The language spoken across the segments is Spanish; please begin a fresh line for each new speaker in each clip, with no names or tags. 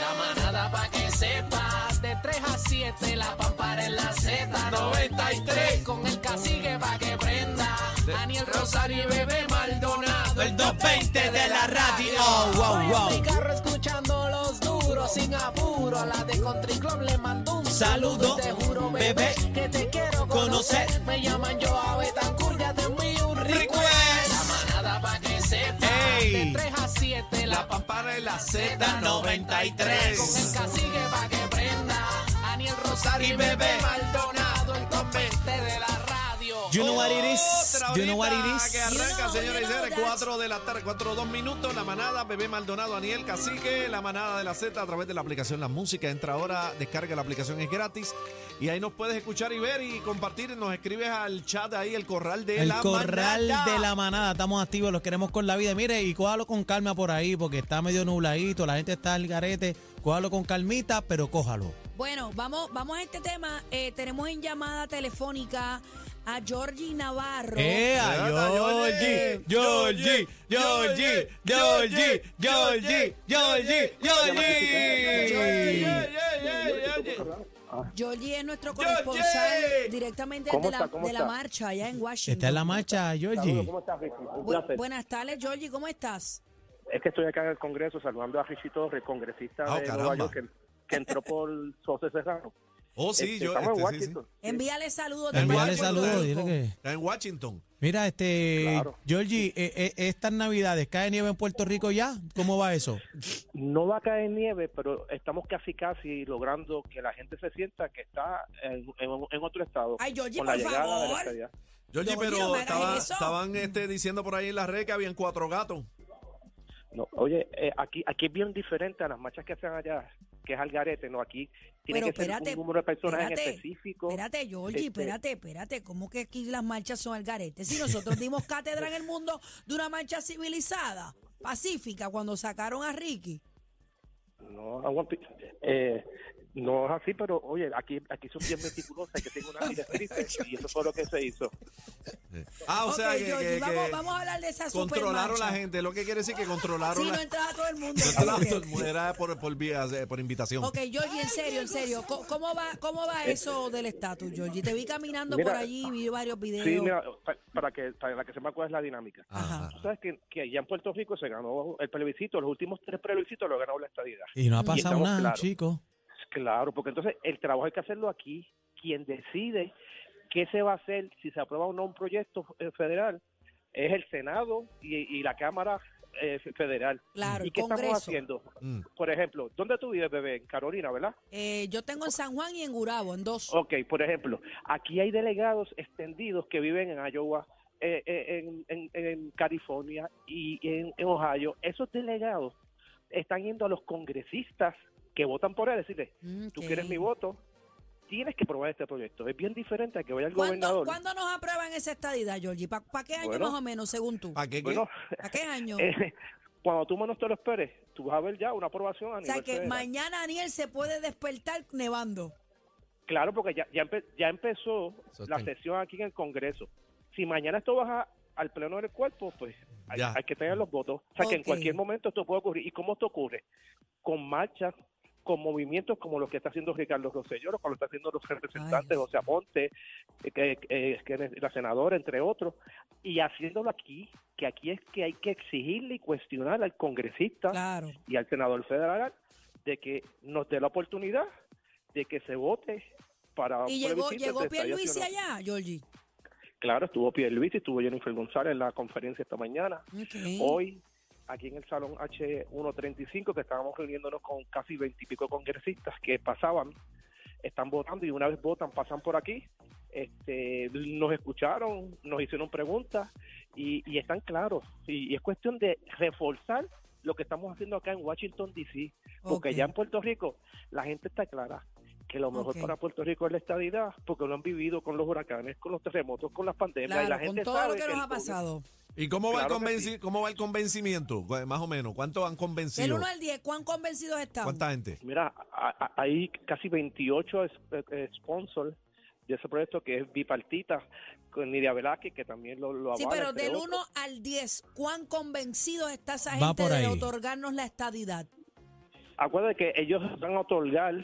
La manada pa' que sepas, de 3 a 7, la pampara en la Z, 93, con el cacique pa' que prenda, Daniel Rosario y Bebé Maldonado, el 220 de la radio, wow, wow. mi carro escuchando los duros, sin apuro, a la de Country Club le mando un saludo, te juro, bebé, que te quiero conocer, me llaman yo a Betancur, ya te envío un request, la manada pa' que sepas, de 3 a 7, la pampara en la Z, 93, con el cacique pa' que prenda, Daniel Rosario y Bebé Maldonado, el 220 de la radio.
You know what it is?
Otra
You know what it
horita
is?
que arranca,
señores y señores,
cuatro
4 de la tarde, 4 o 2 minutos, la manada, bebé Maldonado, Daniel Cacique, la manada de la Z a través de la aplicación La Música. Entra ahora, descarga la aplicación, es gratis. Y ahí nos puedes escuchar y ver y compartir. Nos escribes al chat ahí, el corral de
El
la
corral
manada.
de la manada, estamos activos, los queremos con la vida. Mire, y cójalo con calma por ahí, porque está medio nubladito, la gente está al garete. Cójalo con calmita, pero cójalo.
Bueno, vamos, vamos a este tema. Eh, tenemos en llamada telefónica a Georgie Navarro.
¡Ea, ¡Eh, Georgie! ¡Georgie! ¡Georgie! ¡Georgie! ¡Georgie! ¡Georgie! ¡Georgie!
Georgie es nuestro corresponsal directamente de la, de la marcha allá en Washington.
Está en la marcha,
Saludos,
Georgie.
¿cómo estás, Ricky? Un
Bu-
placer.
buenas tardes, Georgie, ¿cómo estás?
Es que estoy acá en el Congreso saludando a Richie Torres, congresista
Ah,
de
caramba.
Nueva York, que, que entró por José Serrano.
Oh, sí,
Este,
yo.
estamos en
este, sí, sí.
Washington.
Envíale saludos. de
Envíale
parte de
saludos,
Puerto
dile
Rico.
que.
Está en Washington.
Mira, este,
Claro.
Georgie, eh, eh, estas navidades, ¿cae nieve en Puerto Rico ya? ¿Cómo va eso?
No va a caer nieve, pero estamos casi casi logrando que la gente se sienta que está en, en- en otro estado.
Ay, Georgie,
con la
por
llegada de la
favor.
estadidad.
Georgie,
Georgie, no
pero
me hagas
estaba-
eso.
estaban este, diciendo por ahí en la red que habían cuatro gatos.
No, oye, eh, aquí aquí es bien diferente a las marchas que hacen allá, que es al garete, no aquí tiene
Pero
que
espérate,
ser un número de personas
espérate,
en específico.
Espérate, Georgie,
Este-
espérate, espérate. ¿Cómo que aquí las marchas son al garete? Si nosotros dimos cátedra en el mundo de una marcha civilizada, pacífica, cuando sacaron a Ricky.
No, aguante. Eh, no es así, pero oye, aquí aquí son bien meticulosos, hay que tener una directriz y eso fue lo que se hizo.
Ah, o
Ok,
sea que- que,
Georgie,
que
vamos, vamos a hablar de esa
controlaron
supermarcha.
la gente. Lo que quiere decir que controlaron
Sí,
la
no entras a todo el mundo.
Claro,
Ok.
era por, por, vía- eh, por invitación.
Ok, Georgie, en serio, en serio, ¿cómo, cómo va, cómo va eso del estatus, Georgie? Te vi caminando
Eh, Mira,
por allí, vi varios videos.
Sí, mira, pa- para que para que se me acuerde la dinámica.
Ajá.
Tú sabes que, que allá en Puerto Rico se ganó el plebiscito, los últimos tres plebiscitos lo ha ganado la estadidad.
Y no ha pasado
estamos
nada,
claros.
chico.
Claro, porque entonces el trabajo hay que hacerlo aquí. Quien decide qué se va a hacer, si se aprueba o no un proyecto eh, federal, es el Senado y, y la Cámara eh, Federal.
Claro,
¿Y
el
qué
Congreso.
estamos haciendo?
Mm.
Por ejemplo, ¿dónde tú vives, bebé? En Carolina, ¿verdad?
Eh, yo tengo en San Juan y en Gurabo, en dos.
Ok, por ejemplo, aquí hay delegados extendidos que viven en Iowa, eh, eh, en, en- en California y en, en Ohio. Esos delegados están yendo a los congresistas que votan por él, decirle,
Mm,
tú
ok.
quieres mi voto, tienes que aprobar este proyecto. Es bien diferente a que vaya el
¿Cuándo,
gobernador.
cuándo nos aprueban esa estadidad, Georgie? ¿Para qué año
Bueno.
más o menos, según tú?
¿Para qué? qué?
Bueno,
¿Para qué año?
eh, cuando tú menos te lo esperes, tú vas a ver ya una aprobación a
o
nivel
sea, que
federal.
mañana Daniel se puede despertar nevando.
Claro, porque ya, ya, empe- ya empezó la
Sostén.
sesión aquí en el Congreso. Si mañana esto baja al pleno del cuerpo, pues hay,
Ya.
hay que tener los votos. O sea, que en
Ok.
cualquier momento esto puede ocurrir. ¿Y cómo esto ocurre? Con marchas, con movimientos como los que está haciendo Ricardo Rosselló, como lo está haciendo los representantes
Dios.
José Aponte, eh, que, eh, que es la senadora, entre otros, y haciéndolo aquí, que aquí es que hay que exigirle y cuestionar al congresista
Claro.
y al senador federal de que nos dé la oportunidad de que se vote para Ah, un
Y llegó,
plebiscito
llegó
de estadía
Pierluisi
ciudadana.
allá, Georgie.
Claro, estuvo Pierluisi, estuvo Jennifer González en la conferencia esta mañana.
Ok.
Hoy, aquí en el Salón H135, que estábamos reuniéndonos con casi veintipico congresistas que pasaban, están votando y una vez votan, pasan por aquí. Este, nos escucharon, nos hicieron preguntas y, y están claros. Y, y es cuestión de reforzar lo que estamos haciendo acá en Washington, D.C. Porque
Ok.
ya en Puerto Rico la gente está clara que lo mejor
Ok.
para Puerto Rico es la estadidad, porque lo han vivido con los huracanes, con los terremotos, con las pandemias. y
Claro,
la
con
gente
todo
sabe
lo que nos
el
ha pasado.
¿Y cómo va,
Claro
el
que
convenci- cómo va el convencimiento? Cu- Más o menos, ¿cuánto han
Del
convencido?
1 al 10, ¿cuán convencidos estamos?
¿Cuánta gente?
Mira, a- a- hay casi 28 es- eh, eh, sponsors de ese proyecto que es bipartita, con Nidia Velázquez, que también lo, lo
Sí,
avala,
pero
entre
del
otros.
1 al 10, ¿cuán convencidos está
Va
esa gente
por
de
ahí.
otorgarnos la estadidad?
Acuérdate que ellos van a otorgar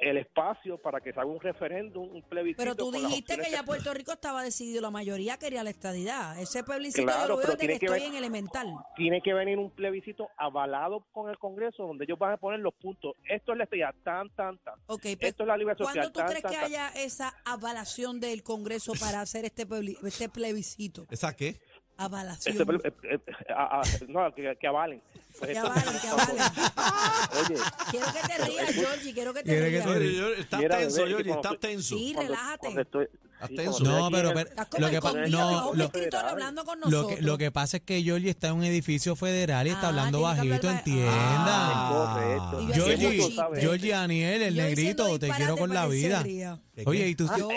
el espacio para que se haga un referéndum, un plebiscito.
Pero tú
con las
dijiste que
opciones
ya Puerto Rico estaba decidido, la mayoría quería la estadidad. Ese plebiscito
Claro,
yo lo veo
pero
desde que,
tiene que
estoy
ver-
en elemental.
Tiene que venir un plebiscito avalado con el Congreso, donde ellos van a poner los puntos. Esto es la estadía, tan, tan, tan.
Ok, pues,
Esto es la libertad
¿cuándo
social,
tú
tan,
crees
tan,
que
tan.
haya esa avalación del Congreso para hacer este, plebli- este plebiscito?
¿Esa qué?
Avalación.
Este, eh, eh, eh, a- a- no, que, que avalen. Pues
que
esto-
avalen, que avalen.
Oye,
Quiero que te rías, Georgie, quiero que te
Quiere que
rías.
te-
Oye, yo- Estás
Mira,
tenso,
bebé, que
Georgie,
cuando
estás
tú-
tenso.
Sí,
cuando-
relájate.
cuando estoy-
Estás
sí,
tenso.
cuando estoy
No,
aquí
pero,
en el-
pero-
Estás como
lo
el
que pa-
conmigo,
no,
como un
lo,
escritor hablando con
lo que,
nosotros.
lo que pasa es que Georgie está en un edificio federal y está
Ah,
hablando
tiene que hablar
bajito,
ba-
entienda.
Ah, correcto.
Y yo haciendo
Georgie,
chistes.
Georgie Daniel, el
Yo diciendo
negrito, te
disparate
quiero con
para
la
que él se
vida.
ría.
¿De qué?
Oye, y tú,
Ah,
sí-
yo-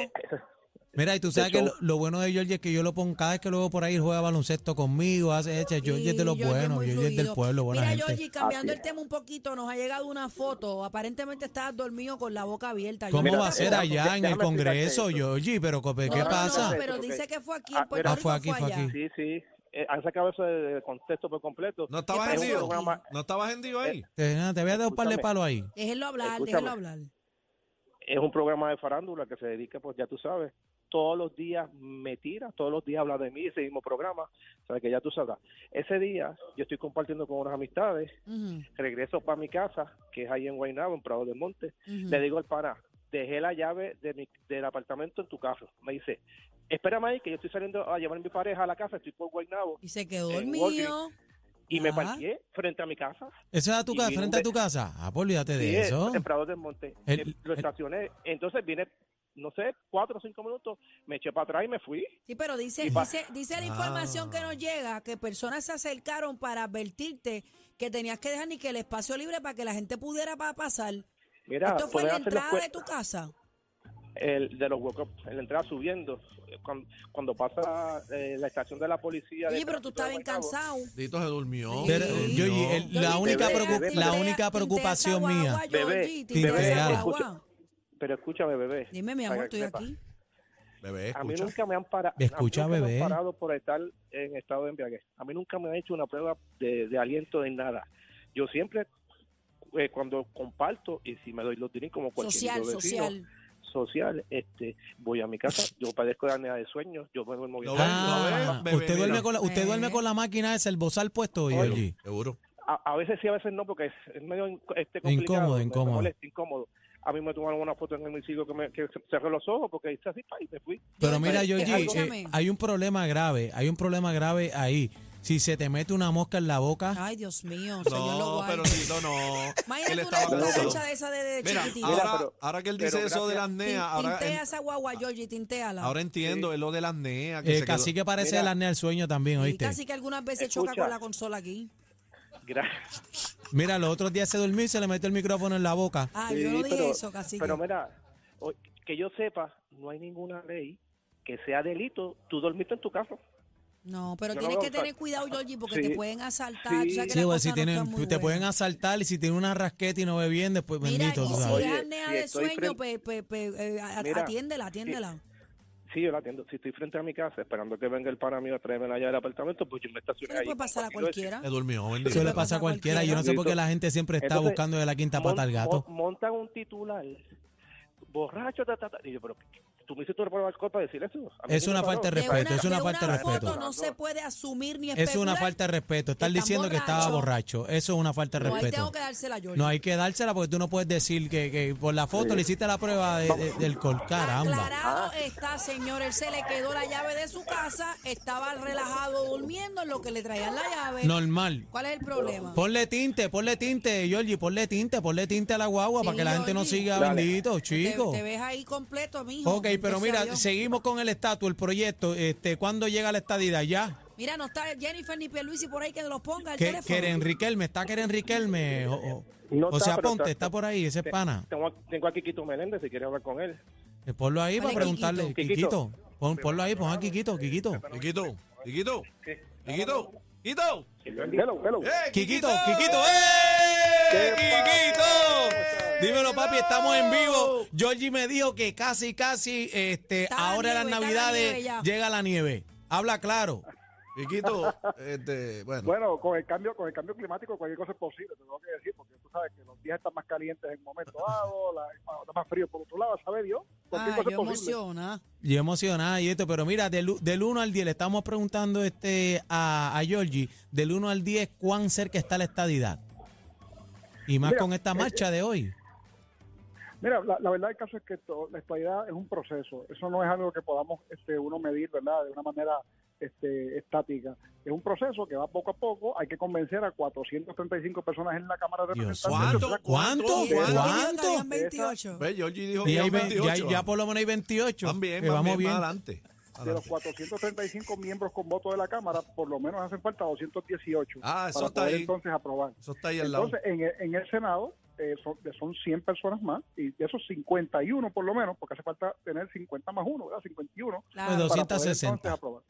mira, y tú sabes que
show.
lo, lo bueno de Georgie es que yo lo pongo cada vez que lo veo por ahí, él juega baloncesto conmigo, hace eche, Georgie es de los
Sí, Georgie
buenos,
muy
Georgie es del
fluido.
pueblo, buena
Mira,
gente.
Georgie, cambiando
Así
el tema un poquito, nos ha llegado una foto. Aparentemente estabas dormido con la boca abierta.
¿Cómo
Mira,
va a ser
mira,
allá en el
déjame
Congreso,
explicarte eso.
Georgie? Pero, ¿qué
No, no,
pasa?
No, pero
Ok.
dice que fue aquí
Ah,
en Puerto
mira.
Ah, fue
Rico,
aquí, fue
allá.
aquí.
Sí, sí. Eh, han sacado eso de, de contexto por completo.
¿No estabas
¿Qué pasó?
hendido?
programa- Eh.
¿No estabas hendido ahí?
Te, te voy a dar un par de
Escúchame.
palos ahí.
Déjenlo hablar,
Escúchame.
déjenlo hablar.
Es un programa de farándula que se dedica, pues ya tú sabes, todos los días me tira, todos los días habla de mí, ese mismo programa, o sea que ya tú sabrás. Ese día yo estoy compartiendo con unas amistades,
Ujú,
regreso para mi casa, que es ahí en Guaynabo, en Prado del Monte,
ujú.
le digo al pana, dejé la llave de mi, del apartamento en tu carro. Me dice, espérame ahí que yo estoy saliendo a llevar a mi pareja a la casa, estoy por Guaynabo,
Y se quedó
en
dormido.
y me
Ajá.
parqué frente a mi casa.
¿Eso es a tu
Y
casa,
viene un
frente a
ve-
tu casa? Ah, pues olvídate
Sí,
de eso.
En Prado del Monte.
El-
Eh, lo
el-
estacioné. Entonces vine, no sé, cuatro o cinco minutos, me eché para atrás y me fui.
Sí, pero dice,
Y pa-
dice, dice la información que
Ah.
nos llega que personas se acercaron para advertirte que tenías que dejar ni que el espacio libre para que la gente pudiera pa- pasar.
Mira,
Esto fue en
poder
la
hacer los
entrada de
cue-
tu casa.
el- de los huecos, en la entrada subiendo. Eh, Cuando, cuando pasa eh, la estación de la policía.
Oye,
del
pero tú
tránsito de
estabas bien
Guaynabo,
cansado.
Dito se durmió.
Pero,
se durmió.
Georgie, el- la
Georgie,
única,
tintea-
preocu-
bebé,
la
tintea-
única
tintea
preocupación
esa
mía.
guagua, Georgie,
Bebé,
tintea
bebé,
esa
escucha.
guagua.
Pero escúchame, bebé.
Dime, mi
para
amor,
que
estoy
sepa,
aquí.
Bebé,
A mí
escucha.
nunca me han parado.
Escucha, bebé.
parado por estar en estado de embriaguez. A mí nunca me han hecho una prueba de, de aliento de nada. Yo siempre, eh, cuando comparto, y si me doy los dineros como cualquier
Social,
vecino,
social.
social, este, voy a mi casa, yo padezco de apnea de sueño, yo me duermo bien.
No,
tarde.
Ah,
bebé,
usted, duerme
mira.
con la,
Eh.
usted duerme con la máquina esa, el bozal puesto, Georgie.
Seguro.
A, a veces sí, a veces no, porque es, es medio in- este, complicado.
Incómodo,
me- me
incómodo.
molesta, incómodo. A mí me tomaron una foto en el hemiciclo que, me, que se- cerré los ojos porque hice así, pa, y me fui.
Pero mira,
Georgie,
Georgie,
escúchame.
eh, hay un problema grave, hay un problema grave ahí. Si se te mete una mosca en la boca,
Ay, Dios mío, señor lo
No, pero
guarde.
Tito no. Él
Imagínate una
estaba cansado.
cucaracha de esa de, de
Mira,
chiquitita.
ahora,
pero-
ahora que él
pero
dice eso de la
gracias.
Tin-
apnea, ahora,
tintea
en-
esa guagua, Georgie, tinteala.
ahora entiendo es lo de la apnea. Que
eh,
se quedó-
casi que parece
Mira.
el apnea del sueño también,
y
¿oíste?
casi que algunas veces choca
Escucha.
con la consola aquí.
Gracias.
Mira, los otros días se durmió y se le metió el micrófono en la boca.
Ay, Ah, yo
Sí,
no dije
pero-
eso, casi.
Pero mira, o- que yo sepa, no hay ninguna ley que sea delito. Tú dormiste en tu casa.
No, pero
Yo
tienes
lo
que
veo, o
tener
sea,
cuidado, Georgie, porque
sí,
te pueden asaltar. Tú sabes
sí.
que
Sí,
las
pues
cosas
si
no
tienen,
están muy
tú te pueden
buenas.
asaltar y si tiene una rasqueta y no ve bien, después
Mira,
bendito, tú
y si
sabes.
es
Oye,
apnea
si
de
estoy
sueño,
frente-
pe- pe- pe- eh, a-
Mira,
atiéndela, atiéndela.
Sí, yo la atiendo. Si estoy frente a mi casa esperando que venga el pana mío a traerme la llave del apartamento, pues yo me estacioné
Eso le
ahí.
puede pasar a
Cualquier vez-
cualquiera.
Se durmió, bendito.
Eso
Eso
le
le pasa
pasa a
a
cualquiera. Yo no sé por qué la gente siempre está
Entonces,
buscando de la quinta
mon-
pata al gato.
mon- montan un titular borracho, ta, ta, ta, y yo, pero
tú me hiciste una prueba de alcohol para decir eso. A mí
Es
sí me
una
pasó.
falta de
De
respeto,
Pues una-
es una
de
falta de respeto.
foto no se puede asumir ni especular.
Es una falta de respeto. Estás
que están
diciendo que estaba
borracho.
borracho. Eso es una falta de
No, ahí tengo
respeto.
que dársela yo.
No hay que dársela porque tú no puedes decir que, que por la foto le hiciste la prueba de- de- del col. Caramba.
Aclarado está, señor. Él se le quedó la llave de su casa, estaba relajado durmiendo en lo que le traían la llave.
Normal.
¿Cuál es el problema?
Ponle tinte, ponle tinte, Giorgi, ponle tinte, ponle tinte a la guagua
Sí,
para que la gente no
Giorgi.
siga
Dale.
bendito,
Te,
chico.
te ves ahí completo, mijo.
Ok, pero
Gracias a
mira,
Dios.
seguimos con el estatus, el proyecto. Este, ¿Cuándo llega la estadidad? ¿Ya?
Mira, no está Jennifer ni Pierluisi por ahí que los ponga al
Que,
teléfono.
que Enriquelme, está que Enriquelme. O, o-
No
o sea,
está, pero
ponte,
está-
está por ahí, ese es pana.
Tengo, a- tengo a Kikito Meléndez si quieres hablar con él.
Eh, Ponlo ahí
Ponle
para preguntarle.
Quiquito.
Quiquito, pon- ponlo ahí, pon a Quiquito, Quiquito.
Quiquito, Quiquito, Quiquito,
Eh,
Quiquito.
Hello, hello.
¡Eh,
Quiquito, Quiquito, ¡eh! Quiquito. Dímelo, papi, estamos en vivo. Georgie me dijo que casi, casi, este,
Está la
ahora en las
nieve, está la nieve
navidades
ya.
llega la nieve. Habla claro.
Quiquito, este, bueno.
Bueno, con el cambio, con el cambio climático cualquier cosa es posible, te tengo que decir, porque tú sabes que los días están más calientes en un momento dado, la, está más frío por otro lado, ¿sabes Dios? Cualquier
Ay,
cosa
Ah, yo
es posible.
emociona.
Yo emocionada y esto, pero mira, del, u- del 1 al 10, le estamos preguntando este a, a Georgie, del 1 al 10, cuán cerca está la estadidad. Y más
Mira, eh,
con esta marcha de hoy.
Mira, la, la verdad del caso es que esto- la estabilidad es un proceso, eso no es algo que podamos este, uno medir, ¿verdad? De una manera este, estática. Es un proceso que va poco a poco, hay que convencer a 435 personas en la Cámara de
Dios
Representantes.
¿Cuánto?
¿verdad?
¿Cuánto? Pues
Y el
¿Cuánto?
candidato habían
¿Cuánto?
28.
Ve, Georgie dijo que
Y
ya
hay ve- ya,
28.
hay- ya por lo menos hay 28.
También,
que
más
vamos
bien,
bien. Pues
más adelante.
de los
Adelante.
435 miembros con voto de la Cámara, por lo menos hacen falta 218
Ah, eso
para
está
poder
ahí.
entonces aprobar.
Eso está ahí al lado.
Entonces, en el, en el Senado eh, son, son 100 personas más, y de esos 51 por lo menos, porque hace falta tener 50 más 1, ¿verdad? 51
Claro.
Pues,
para poder
260.
entonces aprobar.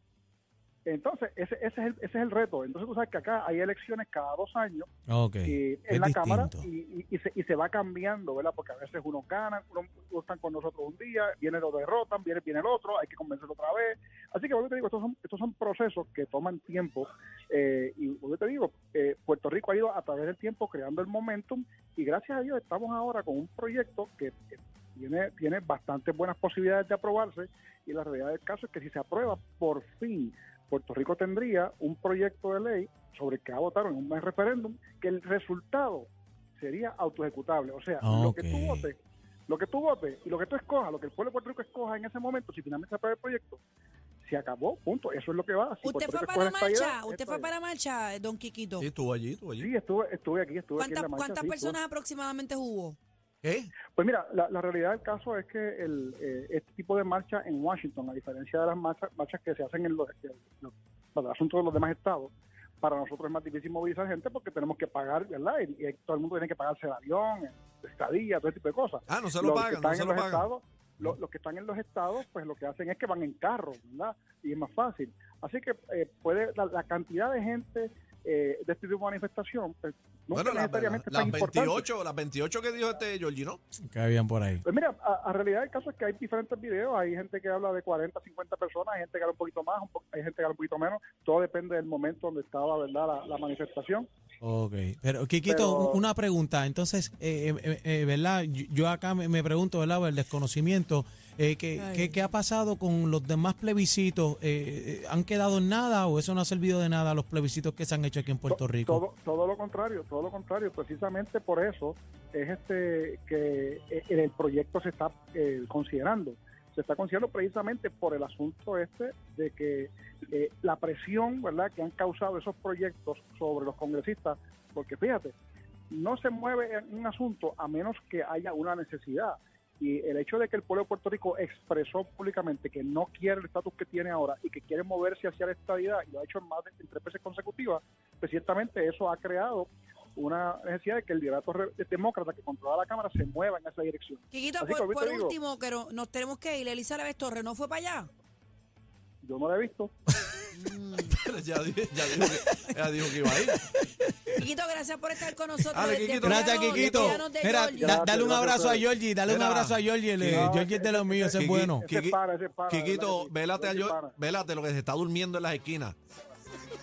Entonces, ese, ese, es el, ese es el reto. Entonces, tú sabes que acá hay elecciones cada dos años
Ok.
eh,
es
en la Cámara
distinto.
y, y- y se, y se va cambiando, ¿verdad? Porque a veces unos ganan, unos, unos están con nosotros un día, viene lo derrotan, viene, viene el otro, hay que convencerlo otra vez. Así que, vuelvo y te digo, estos son, estos son procesos que toman tiempo. eh, y vuelvo y te digo, eh, Puerto Rico ha ido a través del tiempo creando el momentum y gracias a Dios estamos ahora con un proyecto que que tiene, tiene bastantes buenas posibilidades de aprobarse y la realidad del caso es que si se aprueba, por fin Puerto Rico tendría un proyecto de ley sobre el que va a votar en un mes referéndum, que el resultado sería autoejecutable. O sea, lo que
Ok.
tú votes, lo que tú votes y lo que tú escojas, lo que el pueblo de Puerto Rico escoja en ese momento, si finalmente se aprueba el proyecto, se acabó, punto. Eso es lo que va. Si
¿Usted
Puerto
fue
Rico
para la
escoge esta
marcha?
idea,
¿Usted
esta
fue
idea.
para la marcha, don Quiquito?
Sí, estuvo allí, estuvo allí.
Sí, estuve, estuve aquí, estuve aquí en
¿Cuántas,
la marcha.
cuántas
sí, estuve.
personas aproximadamente hubo?
¿Qué?
Pues mira, la, la realidad del caso es que el, eh, este tipo de marcha en Washington, a diferencia de las marchas, marchas que se hacen en los, en los- para el asunto de los demás estados, para nosotros es más difícil movilizar gente porque tenemos que pagar, ¿verdad? Y, y todo el mundo tiene que pagarse el avión, estadía, todo ese tipo de cosas.
Ah, no se lo
Los que
pagan,
están
no se
en
lo
los
pagan. Mm.
estados, lo- los que están en los estados, pues lo que hacen es que van en carro, ¿verdad? Y es más fácil. Así que eh, puede la, la cantidad de gente eh, de este tipo de manifestación, pues, nunca
Bueno, las,
necesariamente es
las
tan importante.
28, las 28 que dijo este Georgie, ¿no?
Que habían por ahí.
Pues mira, a, a realidad el caso es que hay diferentes videos, hay gente que habla de 40, 50 personas, hay gente que habla un poquito más, un po- hay gente que habla un poquito menos, todo depende del momento donde estaba, ¿verdad?, la, la manifestación.
Ok, pero Kikito,
Pero-
una pregunta. Entonces, eh, eh, eh, eh, ¿verdad? Yo, yo acá me, me pregunto, ¿verdad? por El desconocimiento. eh, ¿qué,
Ay.
qué, qué ha pasado con los demás plebiscitos? Eh, eh, ¿Han quedado en nada o eso no ha servido de nada a los plebiscitos que se han hecho aquí en Puerto
To-
Rico?
Todo, todo lo contrario, todo lo contrario, precisamente por eso es este que eh, en el proyecto se está eh, considerando, se está considerando precisamente por el asunto este de que eh, la presión, ¿verdad?, que han causado esos proyectos sobre los congresistas, porque fíjate, no se mueve en un asunto a menos que haya una necesidad. Y el hecho de que el pueblo de Puerto Rico expresó públicamente que no quiere el estatus que tiene ahora y que quiere moverse hacia la estabilidad, y lo ha hecho en más de en tres veces consecutivas, pues ciertamente eso ha creado una necesidad de que el liderato re- demócrata que controla la Cámara se mueva en esa dirección.
Quiquito,
Así que
por,
ahorita
por
digo-
último, que no- nos tenemos que ir. Elizabeth Torres, ¿no fue para allá?
Yo no la he visto.
ya, di- ya dijo que, ya dijo que iba ahí.
Quiquito, gracias por estar con nosotros.
Dale,
Desde
Quiquito.
Piano-
Gracias,
de
Kikito.
Piano de
Mira,
Georgia.
da- dale un
Gracias,
abrazo a
gracias.
Georgie, dale un
Mira.
abrazo a Georgie. le-
No,
Georgie es de los míos, ese es
Kiki-
bueno.
Ese es pana, ese es pana, ¿verdad
Quiquito,
que sí?
vélate, a
Ese es
Georgie-
pana.
vélate lo que se está durmiendo en las esquinas.